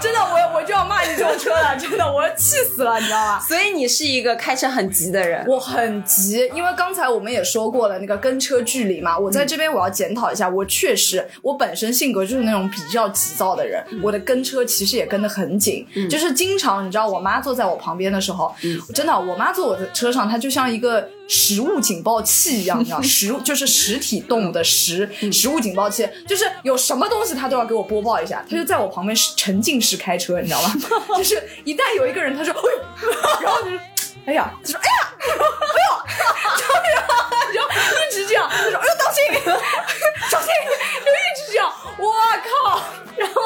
Speaker 2: 真的，我我就要骂你这种车了，真的，我气死了，你知道吧
Speaker 1: 哔，？所以你是一个开车很急的人。
Speaker 2: 我很急，因为刚才我们也说过了那个跟车距离嘛。我在这边我要检讨一下，我确实我本身性格就是那种比较急躁的人，我的跟车其实也跟得很紧，就是经常你知道我妈坐在我旁边的时候，真的我妈坐我的车上，她就像一个食物警报器一样，你知道，食物就是实体动物的食，食物警报器就是有什么东西她都要给我播报一下，她就在我旁边沉浸式开车，你知道吗？ [LAUGHS] 就是一旦有一个人，她说，哎呦，然后就是。哎呀，就说哎呀， [LAUGHS] 不用，就一直这样，就说哎呦 [LAUGHS] 当心，小心，就一直这样，我靠！然后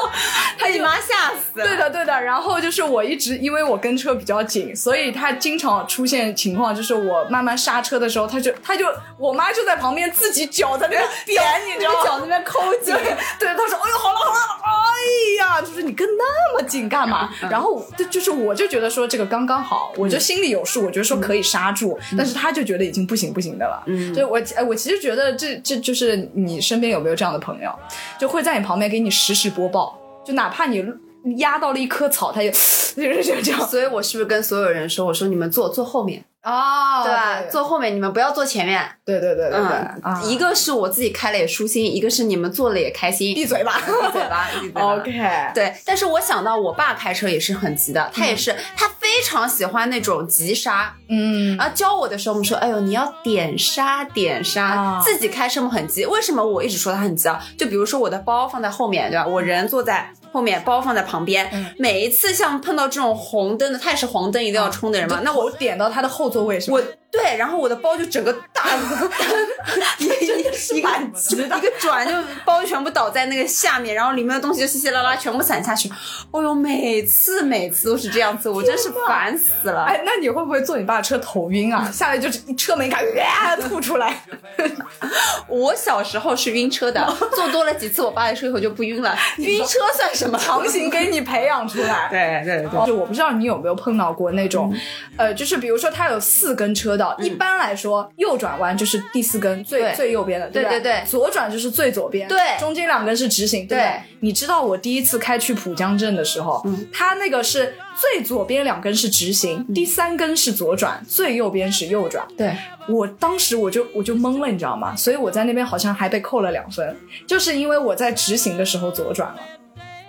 Speaker 2: 他
Speaker 7: 被你妈吓死了。
Speaker 2: 对的，对的。然后就是我一直因为我跟车比较紧，所以他经常出现情况，就是我慢慢刹车的时候，他就他就我妈就在旁边自己脚在那边点，你知道吗？脚在那边抠紧。对，他说：“哎呦，好了好了，哎呀，就是你跟那么紧干嘛？”然后就就是我就觉得说这个刚刚好，我就心里有数，我觉得说可以刹住，但是他就觉得已经不行不行的了。嗯，所以我哎我其实觉得这这就是你身边有没有这样的朋友，就会在你旁边给你实时播报。就哪怕你压到了一棵草，它也 [SNIFFS] 就是这样
Speaker 1: 所以我是不是跟所有人说，我说你们坐坐后面，
Speaker 2: 哦，
Speaker 1: 对吧？坐后面，你们不要坐前面。
Speaker 2: 对对对对对
Speaker 1: 嗯，
Speaker 2: 啊
Speaker 1: 一个是我自己开了也舒心，一个是你们坐了也开心。
Speaker 2: 闭嘴吧
Speaker 1: 闭嘴吧，闭嘴吧。
Speaker 2: [LAUGHS] ，OK，对
Speaker 1: 对，但是我想到我爸开车也是很急的，他也是，他非常喜欢那种急刹。
Speaker 2: 嗯，
Speaker 1: 然后教我的时候，我们说，哎呦，你要点刹，点刹。
Speaker 2: 啊
Speaker 1: 自己开车嘛很急，为什么我一直说他很急啊？就比如说我的包放在后面，对吧？我人坐在。后面包放在旁边，每一次像碰到这种红灯的，他也是黄灯一定要冲的人嘛，那我
Speaker 2: 点到它的后座位是吧？
Speaker 1: 我对，然后我的包就整个大一一一个一个转，就包全部倒在那个下面，然后里面的东西就稀稀拉拉全部散下去。哦呦，每次每次都是这样子，我真是烦死了。
Speaker 2: 哎，那你会不会坐你爸的车头晕啊？下来就是一车门开，啊吐出来。 [LAUGHS]
Speaker 1: 我小时候是晕车的，坐多了几次我爸的车以后就不晕了。晕车算什么？
Speaker 2: 强行给你培养出来。
Speaker 1: 对对对，
Speaker 2: 就我不知道你有没有碰到过那种，
Speaker 1: 嗯
Speaker 2: 呃，就是比如说它有四根车道，一般来说右转弯就是第四根最
Speaker 1: 对
Speaker 2: 最右边的，对吧
Speaker 1: 对对对
Speaker 2: 左转就是最左边，
Speaker 1: 对
Speaker 2: 中间两根是直行，对不
Speaker 1: 对嗯
Speaker 2: 你知道我第一次开去浦江镇的时候，它那个是最左边两根是直行，第三根是左转，最右边是右转，
Speaker 1: 对。
Speaker 2: 我当时我就我就懵了，你知道吗？所以我在那边好像还被扣了两分，就是因为我在直行的时候左转了。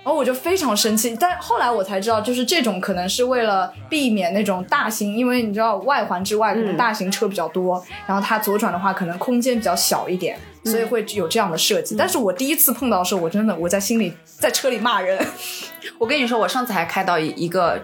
Speaker 2: 然后我就非常生气，但后来我才知道，就是这种可能是为了避免那种大型，因为你知道外环之外可
Speaker 1: 嗯
Speaker 2: 能大型车比较多，然后它左转的话可能空间比较小一点，
Speaker 1: 嗯
Speaker 2: 所以会有这样的设计。但是我第一次碰到的时候，我真的我在心里在车里骂人，
Speaker 1: 我跟你说，我上次还开到一一个。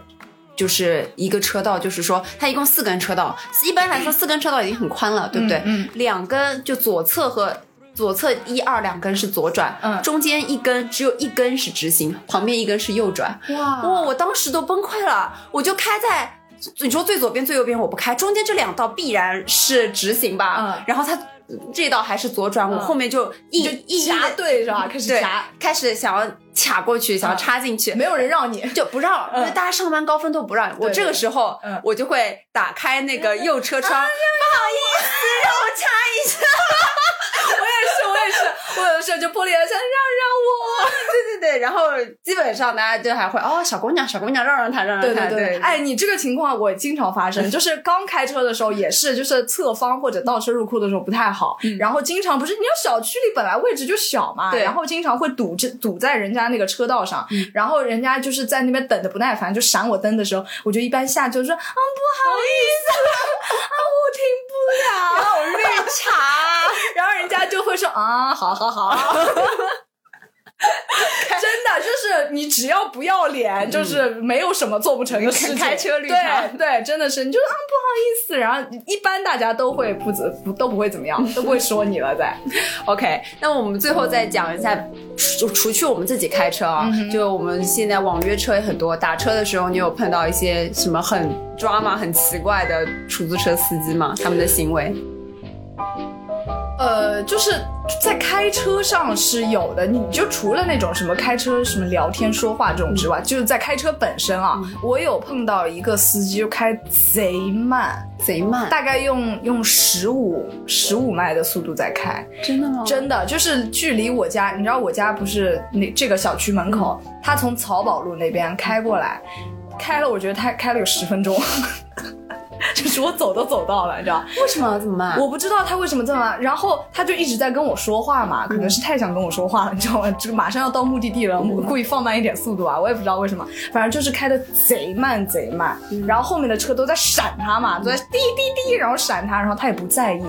Speaker 1: 就是一个车道，就是说它一共四根车道，一般来说四根车道已经很宽了，对不对？
Speaker 2: 嗯嗯
Speaker 1: 两根就左侧和左侧一二两根是左转，
Speaker 2: 嗯
Speaker 1: 中间一根只有一根是直行，旁边一根是右转。
Speaker 2: 哇
Speaker 1: 哇、我当时都崩溃了，我就开在你说最左边最右边我不开，中间这两道必然是直行吧，
Speaker 2: 嗯
Speaker 1: 然后它这道还是左转，我
Speaker 2: 嗯
Speaker 1: 后面 [LAUGHS] 就一
Speaker 2: 就
Speaker 1: 一
Speaker 2: 夹对是吧？开始
Speaker 1: 对
Speaker 2: 夹，
Speaker 1: 开始想要卡过去，想要插进去，
Speaker 2: 没有人让你。
Speaker 1: 就不让，因为大家上班高峰都不让。我这个时候
Speaker 2: 嗯，哎
Speaker 1: 我就会打开那个右车窗，不好意思，让我插一下。
Speaker 2: [LAUGHS] 我也是，我有的时候就玻璃了，想让
Speaker 1: 对对对，然后基本上大家就还会哦，小姑娘，小姑娘，让让她，让让
Speaker 2: 让
Speaker 1: 她。
Speaker 2: 我。对对
Speaker 1: 对，
Speaker 2: 对，哎，你这个情况我经常发生，就是刚开车的时候也是，就是侧方或者倒车入库的时候不太好，然后经常不是，你要小区里本来位置就小嘛，
Speaker 1: 嗯对嗯
Speaker 2: 然后经常会堵这堵在人家那个车道上，然后人家就是在那边等的不耐烦，就闪我灯的时候，我就一般下就说啊不好意思啊我停不了，
Speaker 1: 好绿茶，
Speaker 2: 然后人家就会说啊，好好
Speaker 1: [LAUGHS]
Speaker 2: 好。真的就是你只要不要脸，就是没有什么做不成的事情。
Speaker 1: 嗯开车绿茶
Speaker 2: 对对，真的是你就是啊不好意思，然后一般大家都会不怎不都不会怎么样，都不会说你了再。
Speaker 1: OK，那我们最后再讲一下，除除去我们自己开车啊，就我们现在网约车也很多，打车的时候你有碰到一些什么很抓马、很奇怪的出租车司机吗？他们的行为？
Speaker 2: 呃，就是在开车上是有的，你就除了那种什么开车什么聊天说话这种之外，就是在开车本身啊，
Speaker 1: 嗯
Speaker 2: 我有碰到一个司机就开贼慢，
Speaker 1: 贼慢，
Speaker 2: 大概用用十五十五迈的速度在开，
Speaker 1: 真的吗？
Speaker 2: 真的就是距离我家，你知道我家不是那这个小区门口，他从漕宝路那边开过来，开了我觉得他开了有十分钟， [LAUGHS] 就是我走都走到了，你知道。
Speaker 1: 为什么要这么慢？
Speaker 2: 我不知道他为什么这么慢，然后他就一直在跟我说话嘛，可能是太想跟我说话了，你知道吗？ [LAUGHS] 就是马上要到目的地了，我故意放慢一点速度啊，我也不知道为什么，反正就是开的贼慢贼慢，然后后面的车都在闪他嘛，都在滴滴滴，然后闪他，然后他也不在意。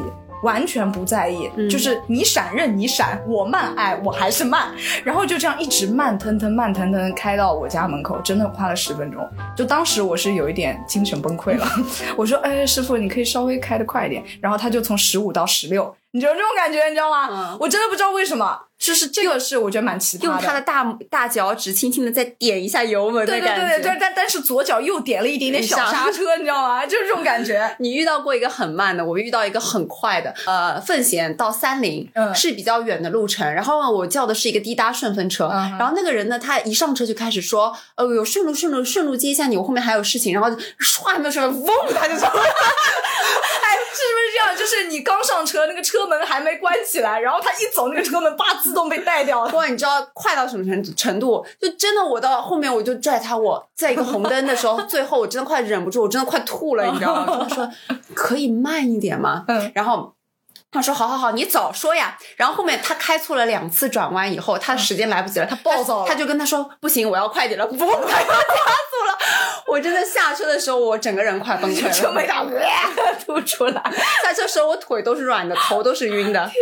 Speaker 2: 完全不在意，就是你闪任你闪，我慢哎，我还是慢，然后就这样一直慢腾腾慢腾腾开到我家门口，真的花了十分钟。就当时我是有一点精神崩溃了， [LAUGHS] 我说：“哎，师傅，你可以稍微开的快一点。”然后他就从十五到十六，你就有这种感觉，你知道吗？我真的不知道为什么，就是这个是我觉得蛮奇葩
Speaker 1: 嗯用他
Speaker 2: 的
Speaker 1: 的大拇大脚趾轻轻的再点一下油门的
Speaker 2: 对对
Speaker 1: 感觉。
Speaker 2: 对对对，但但是左脚又点了一点点小刹车，你 [LAUGHS] 知道吗？就是这种感
Speaker 1: [LAUGHS]
Speaker 2: 觉。哎
Speaker 1: 你遇到过一个很慢的，我遇到一个很快的。呃，奉贤到三陵、
Speaker 2: 嗯
Speaker 1: 是比较远的路程，然后呢，我叫的是一个滴答顺风车，
Speaker 2: 嗯哼
Speaker 1: 然后那个人呢，他一上车就开始说，呃，有顺路顺路顺路接一下你，我后面还有事情，然后就唰还没有说完，嗡，他就上来了。
Speaker 2: 哎，是不是这样？就是你刚上车，那个车门还没关起来，然后他一走，那个车门叭自动被带
Speaker 1: [LAUGHS]
Speaker 2: 掉了。
Speaker 1: 哇，你知道快到什么程程度？就真的我到后面我就拽他，我在一个红灯的时候，最后我真的快忍不住，我真的快吐了，你知道吗？他说可以慢一点吗？
Speaker 2: 嗯，
Speaker 1: 然后。他说：“好好好，你早说呀。”然后后面他开错了两次转弯以后，他时间来不及了，他
Speaker 2: 暴躁了
Speaker 1: 他就跟他说：“不行，我要快点了。”嘣，他又加速了。我真的下车的时候，我整个人快崩溃了。
Speaker 2: 车门打吐出来，
Speaker 1: 下车时候我腿都是软的，头都是晕的。
Speaker 2: 天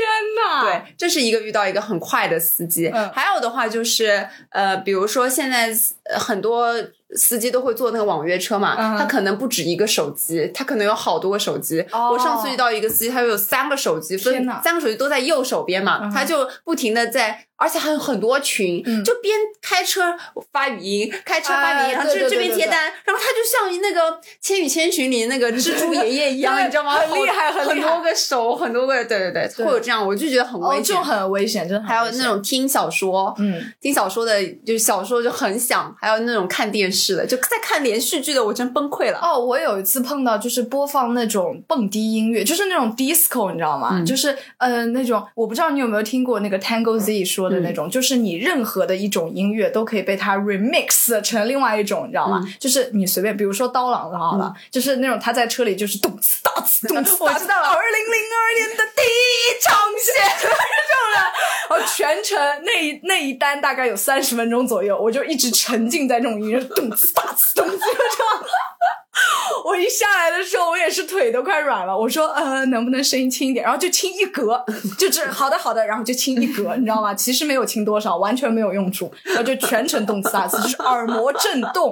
Speaker 2: 哪！
Speaker 1: 对，这是一个遇到一个很快的司机。
Speaker 2: 啊嗯
Speaker 1: 还有的话就是，呃，比如说现在呃很多司机都会坐那个网约车嘛，
Speaker 2: 嗯哼
Speaker 1: 他可能不止一个手机，他可能有好多个手机。
Speaker 2: 哦
Speaker 1: 我上次遇到一个司机，他有三个手机，分
Speaker 2: 天哪
Speaker 1: 三个手机都在右手边嘛，
Speaker 2: 嗯哼
Speaker 1: 他就不停的在。而且还有很多群，
Speaker 2: 嗯
Speaker 1: 就边开车发语音，开车发语音，
Speaker 2: 哎
Speaker 1: 然后这
Speaker 2: 对对
Speaker 1: 这
Speaker 2: 对
Speaker 1: 边
Speaker 2: 对
Speaker 1: 接
Speaker 2: 对
Speaker 1: 单，然后他就像那个《千与千寻》里那个蜘蛛爷爷一样，
Speaker 2: 对
Speaker 1: 你知道吗？
Speaker 2: 很厉害
Speaker 1: 好
Speaker 2: 很厉害
Speaker 1: 多个手，很多个，对对对，
Speaker 2: 对
Speaker 1: 会有这样，我就觉得很
Speaker 2: 哦，
Speaker 1: 危
Speaker 2: 这
Speaker 1: 险。
Speaker 2: 种很危险，真的很
Speaker 1: 还有
Speaker 2: 危险
Speaker 1: 那种听小说，
Speaker 2: 嗯，
Speaker 1: 听小说的就是小说就很响，还有那种看电视的，就在看连续剧的，我真崩溃了。
Speaker 2: 哦，我有一次碰到就是播放那种蹦迪音乐，就是那种 disco，你知道吗？就是呃那种，我不知道你有没有听过那个 Tango Z 说的那种，就是你任何的一种音乐都可以被它 remix 成另外一种，你知道吗？就是你随便，比如说刀郎的好了，就是那种他在车里就是咚呲哒呲咚呲，嗯 [LAUGHS] 我知道了，二零零二年的第一场雪， [LAUGHS] 就是这种的。哦，全程那一那一单大概有三十分钟左右，我就一直沉浸在这种音乐咚呲哒呲咚呲就这样。 [LAUGHS] 我一下来的时候，我也是腿都快软了。我说，呃，能不能声音轻一点？然后就轻一格， [LAUGHS] 就这好的好的，然后就轻一格，你知道吗？其实没有轻多少，完全没有用处。然后就全程动次打次，就是耳膜震动。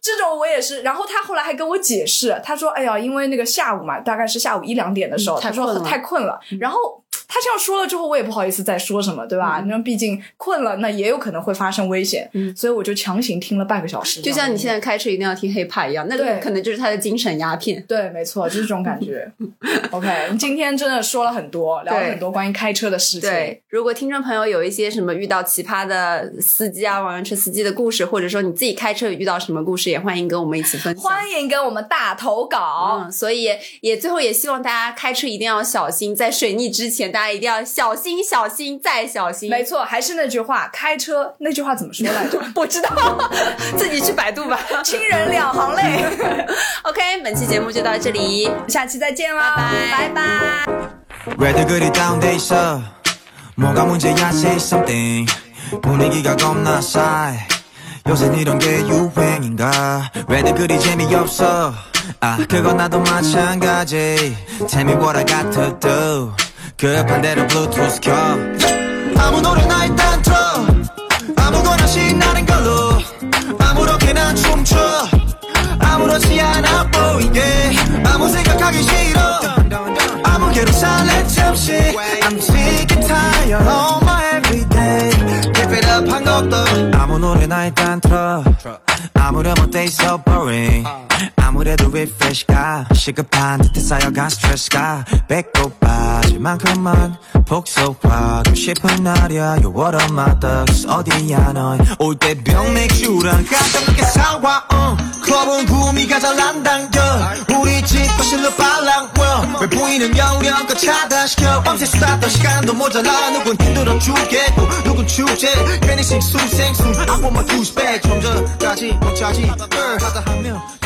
Speaker 2: 这种我也是。然后他后来还跟我解释，他说，哎呀，因为那个下午嘛，大概是下午一两点的时候，他说太困了。然后他这样说了之后，我也不好意思再说什么，对吧？那、毕竟困了，那也有可能会发生危险，所以我就强行听了半个小时。
Speaker 1: 就像你现在开车一定要听 hiphop 一样，那个
Speaker 2: 对
Speaker 1: 可能就是他的精神鸦片。
Speaker 2: 对，没错，就是这种感
Speaker 1: [LAUGHS]
Speaker 2: 觉。OK，今天真的说了很多，聊了
Speaker 1: 对
Speaker 2: 很多关于开车的事情。
Speaker 1: 对，如果听众朋友有一些什么遇到奇葩的司机啊、网约车司机的故事，或者说你自己开车遇到什么故事，也欢迎跟我们一起分享。
Speaker 2: 欢迎跟我们大投稿。
Speaker 1: 嗯，所以也最后也希望大家开车一定要小心，在水逆之前，大家一定要小心、小心再小心。
Speaker 2: 没错，还是那句话，开车那句话怎么说来着？
Speaker 1: [LAUGHS] 不知道，自己去百度吧。
Speaker 2: [LAUGHS] 亲人两行泪。
Speaker 1: [LAUGHS] OK，本期节目就到这里，
Speaker 2: 下期再见啦，
Speaker 1: 拜拜。
Speaker 8: 왜들 그리 다운돼 있어 뭐가 문제야 say something 분위기가 겁나 싸해 요새 이런 게 유행인가 왜들 그리 재미없어 아 그건 나도 마찬가지 Tell me what I got to do 그 반대로 블루투스 켜 아무 노래나 일단 틀어 아무거나 신나는 걸로 아무렇게나 춤춰 아무렇지 않아 보이게 아무 생각하기 싫어 아무개로 살래 잠시 I'm sick and tired of my everyday Keep it up 한 것도 아무 노래나 일단 틀어 아무렴 어때 so boring 아무래도 refresh가 시급한 듯해 쌓여간 스트레스가 배꼽 빠질 만큼만 복속하고 싶은 날이야 You're what I'm my thugs 어디야 넌올때병 맥주랑 가볍게 사와 어. 클럽은 구미가 잘 난당겨 우리 집 거실로 빨랑워 왜 보이는 영역껏 차단시켜 밤새 수다 떠 시간도 모자라 누군 힘들어 죽겠고 누군 축제 괜히 식숨 생숨 I want my goose back 점점까지 못 차지 널 하다 하면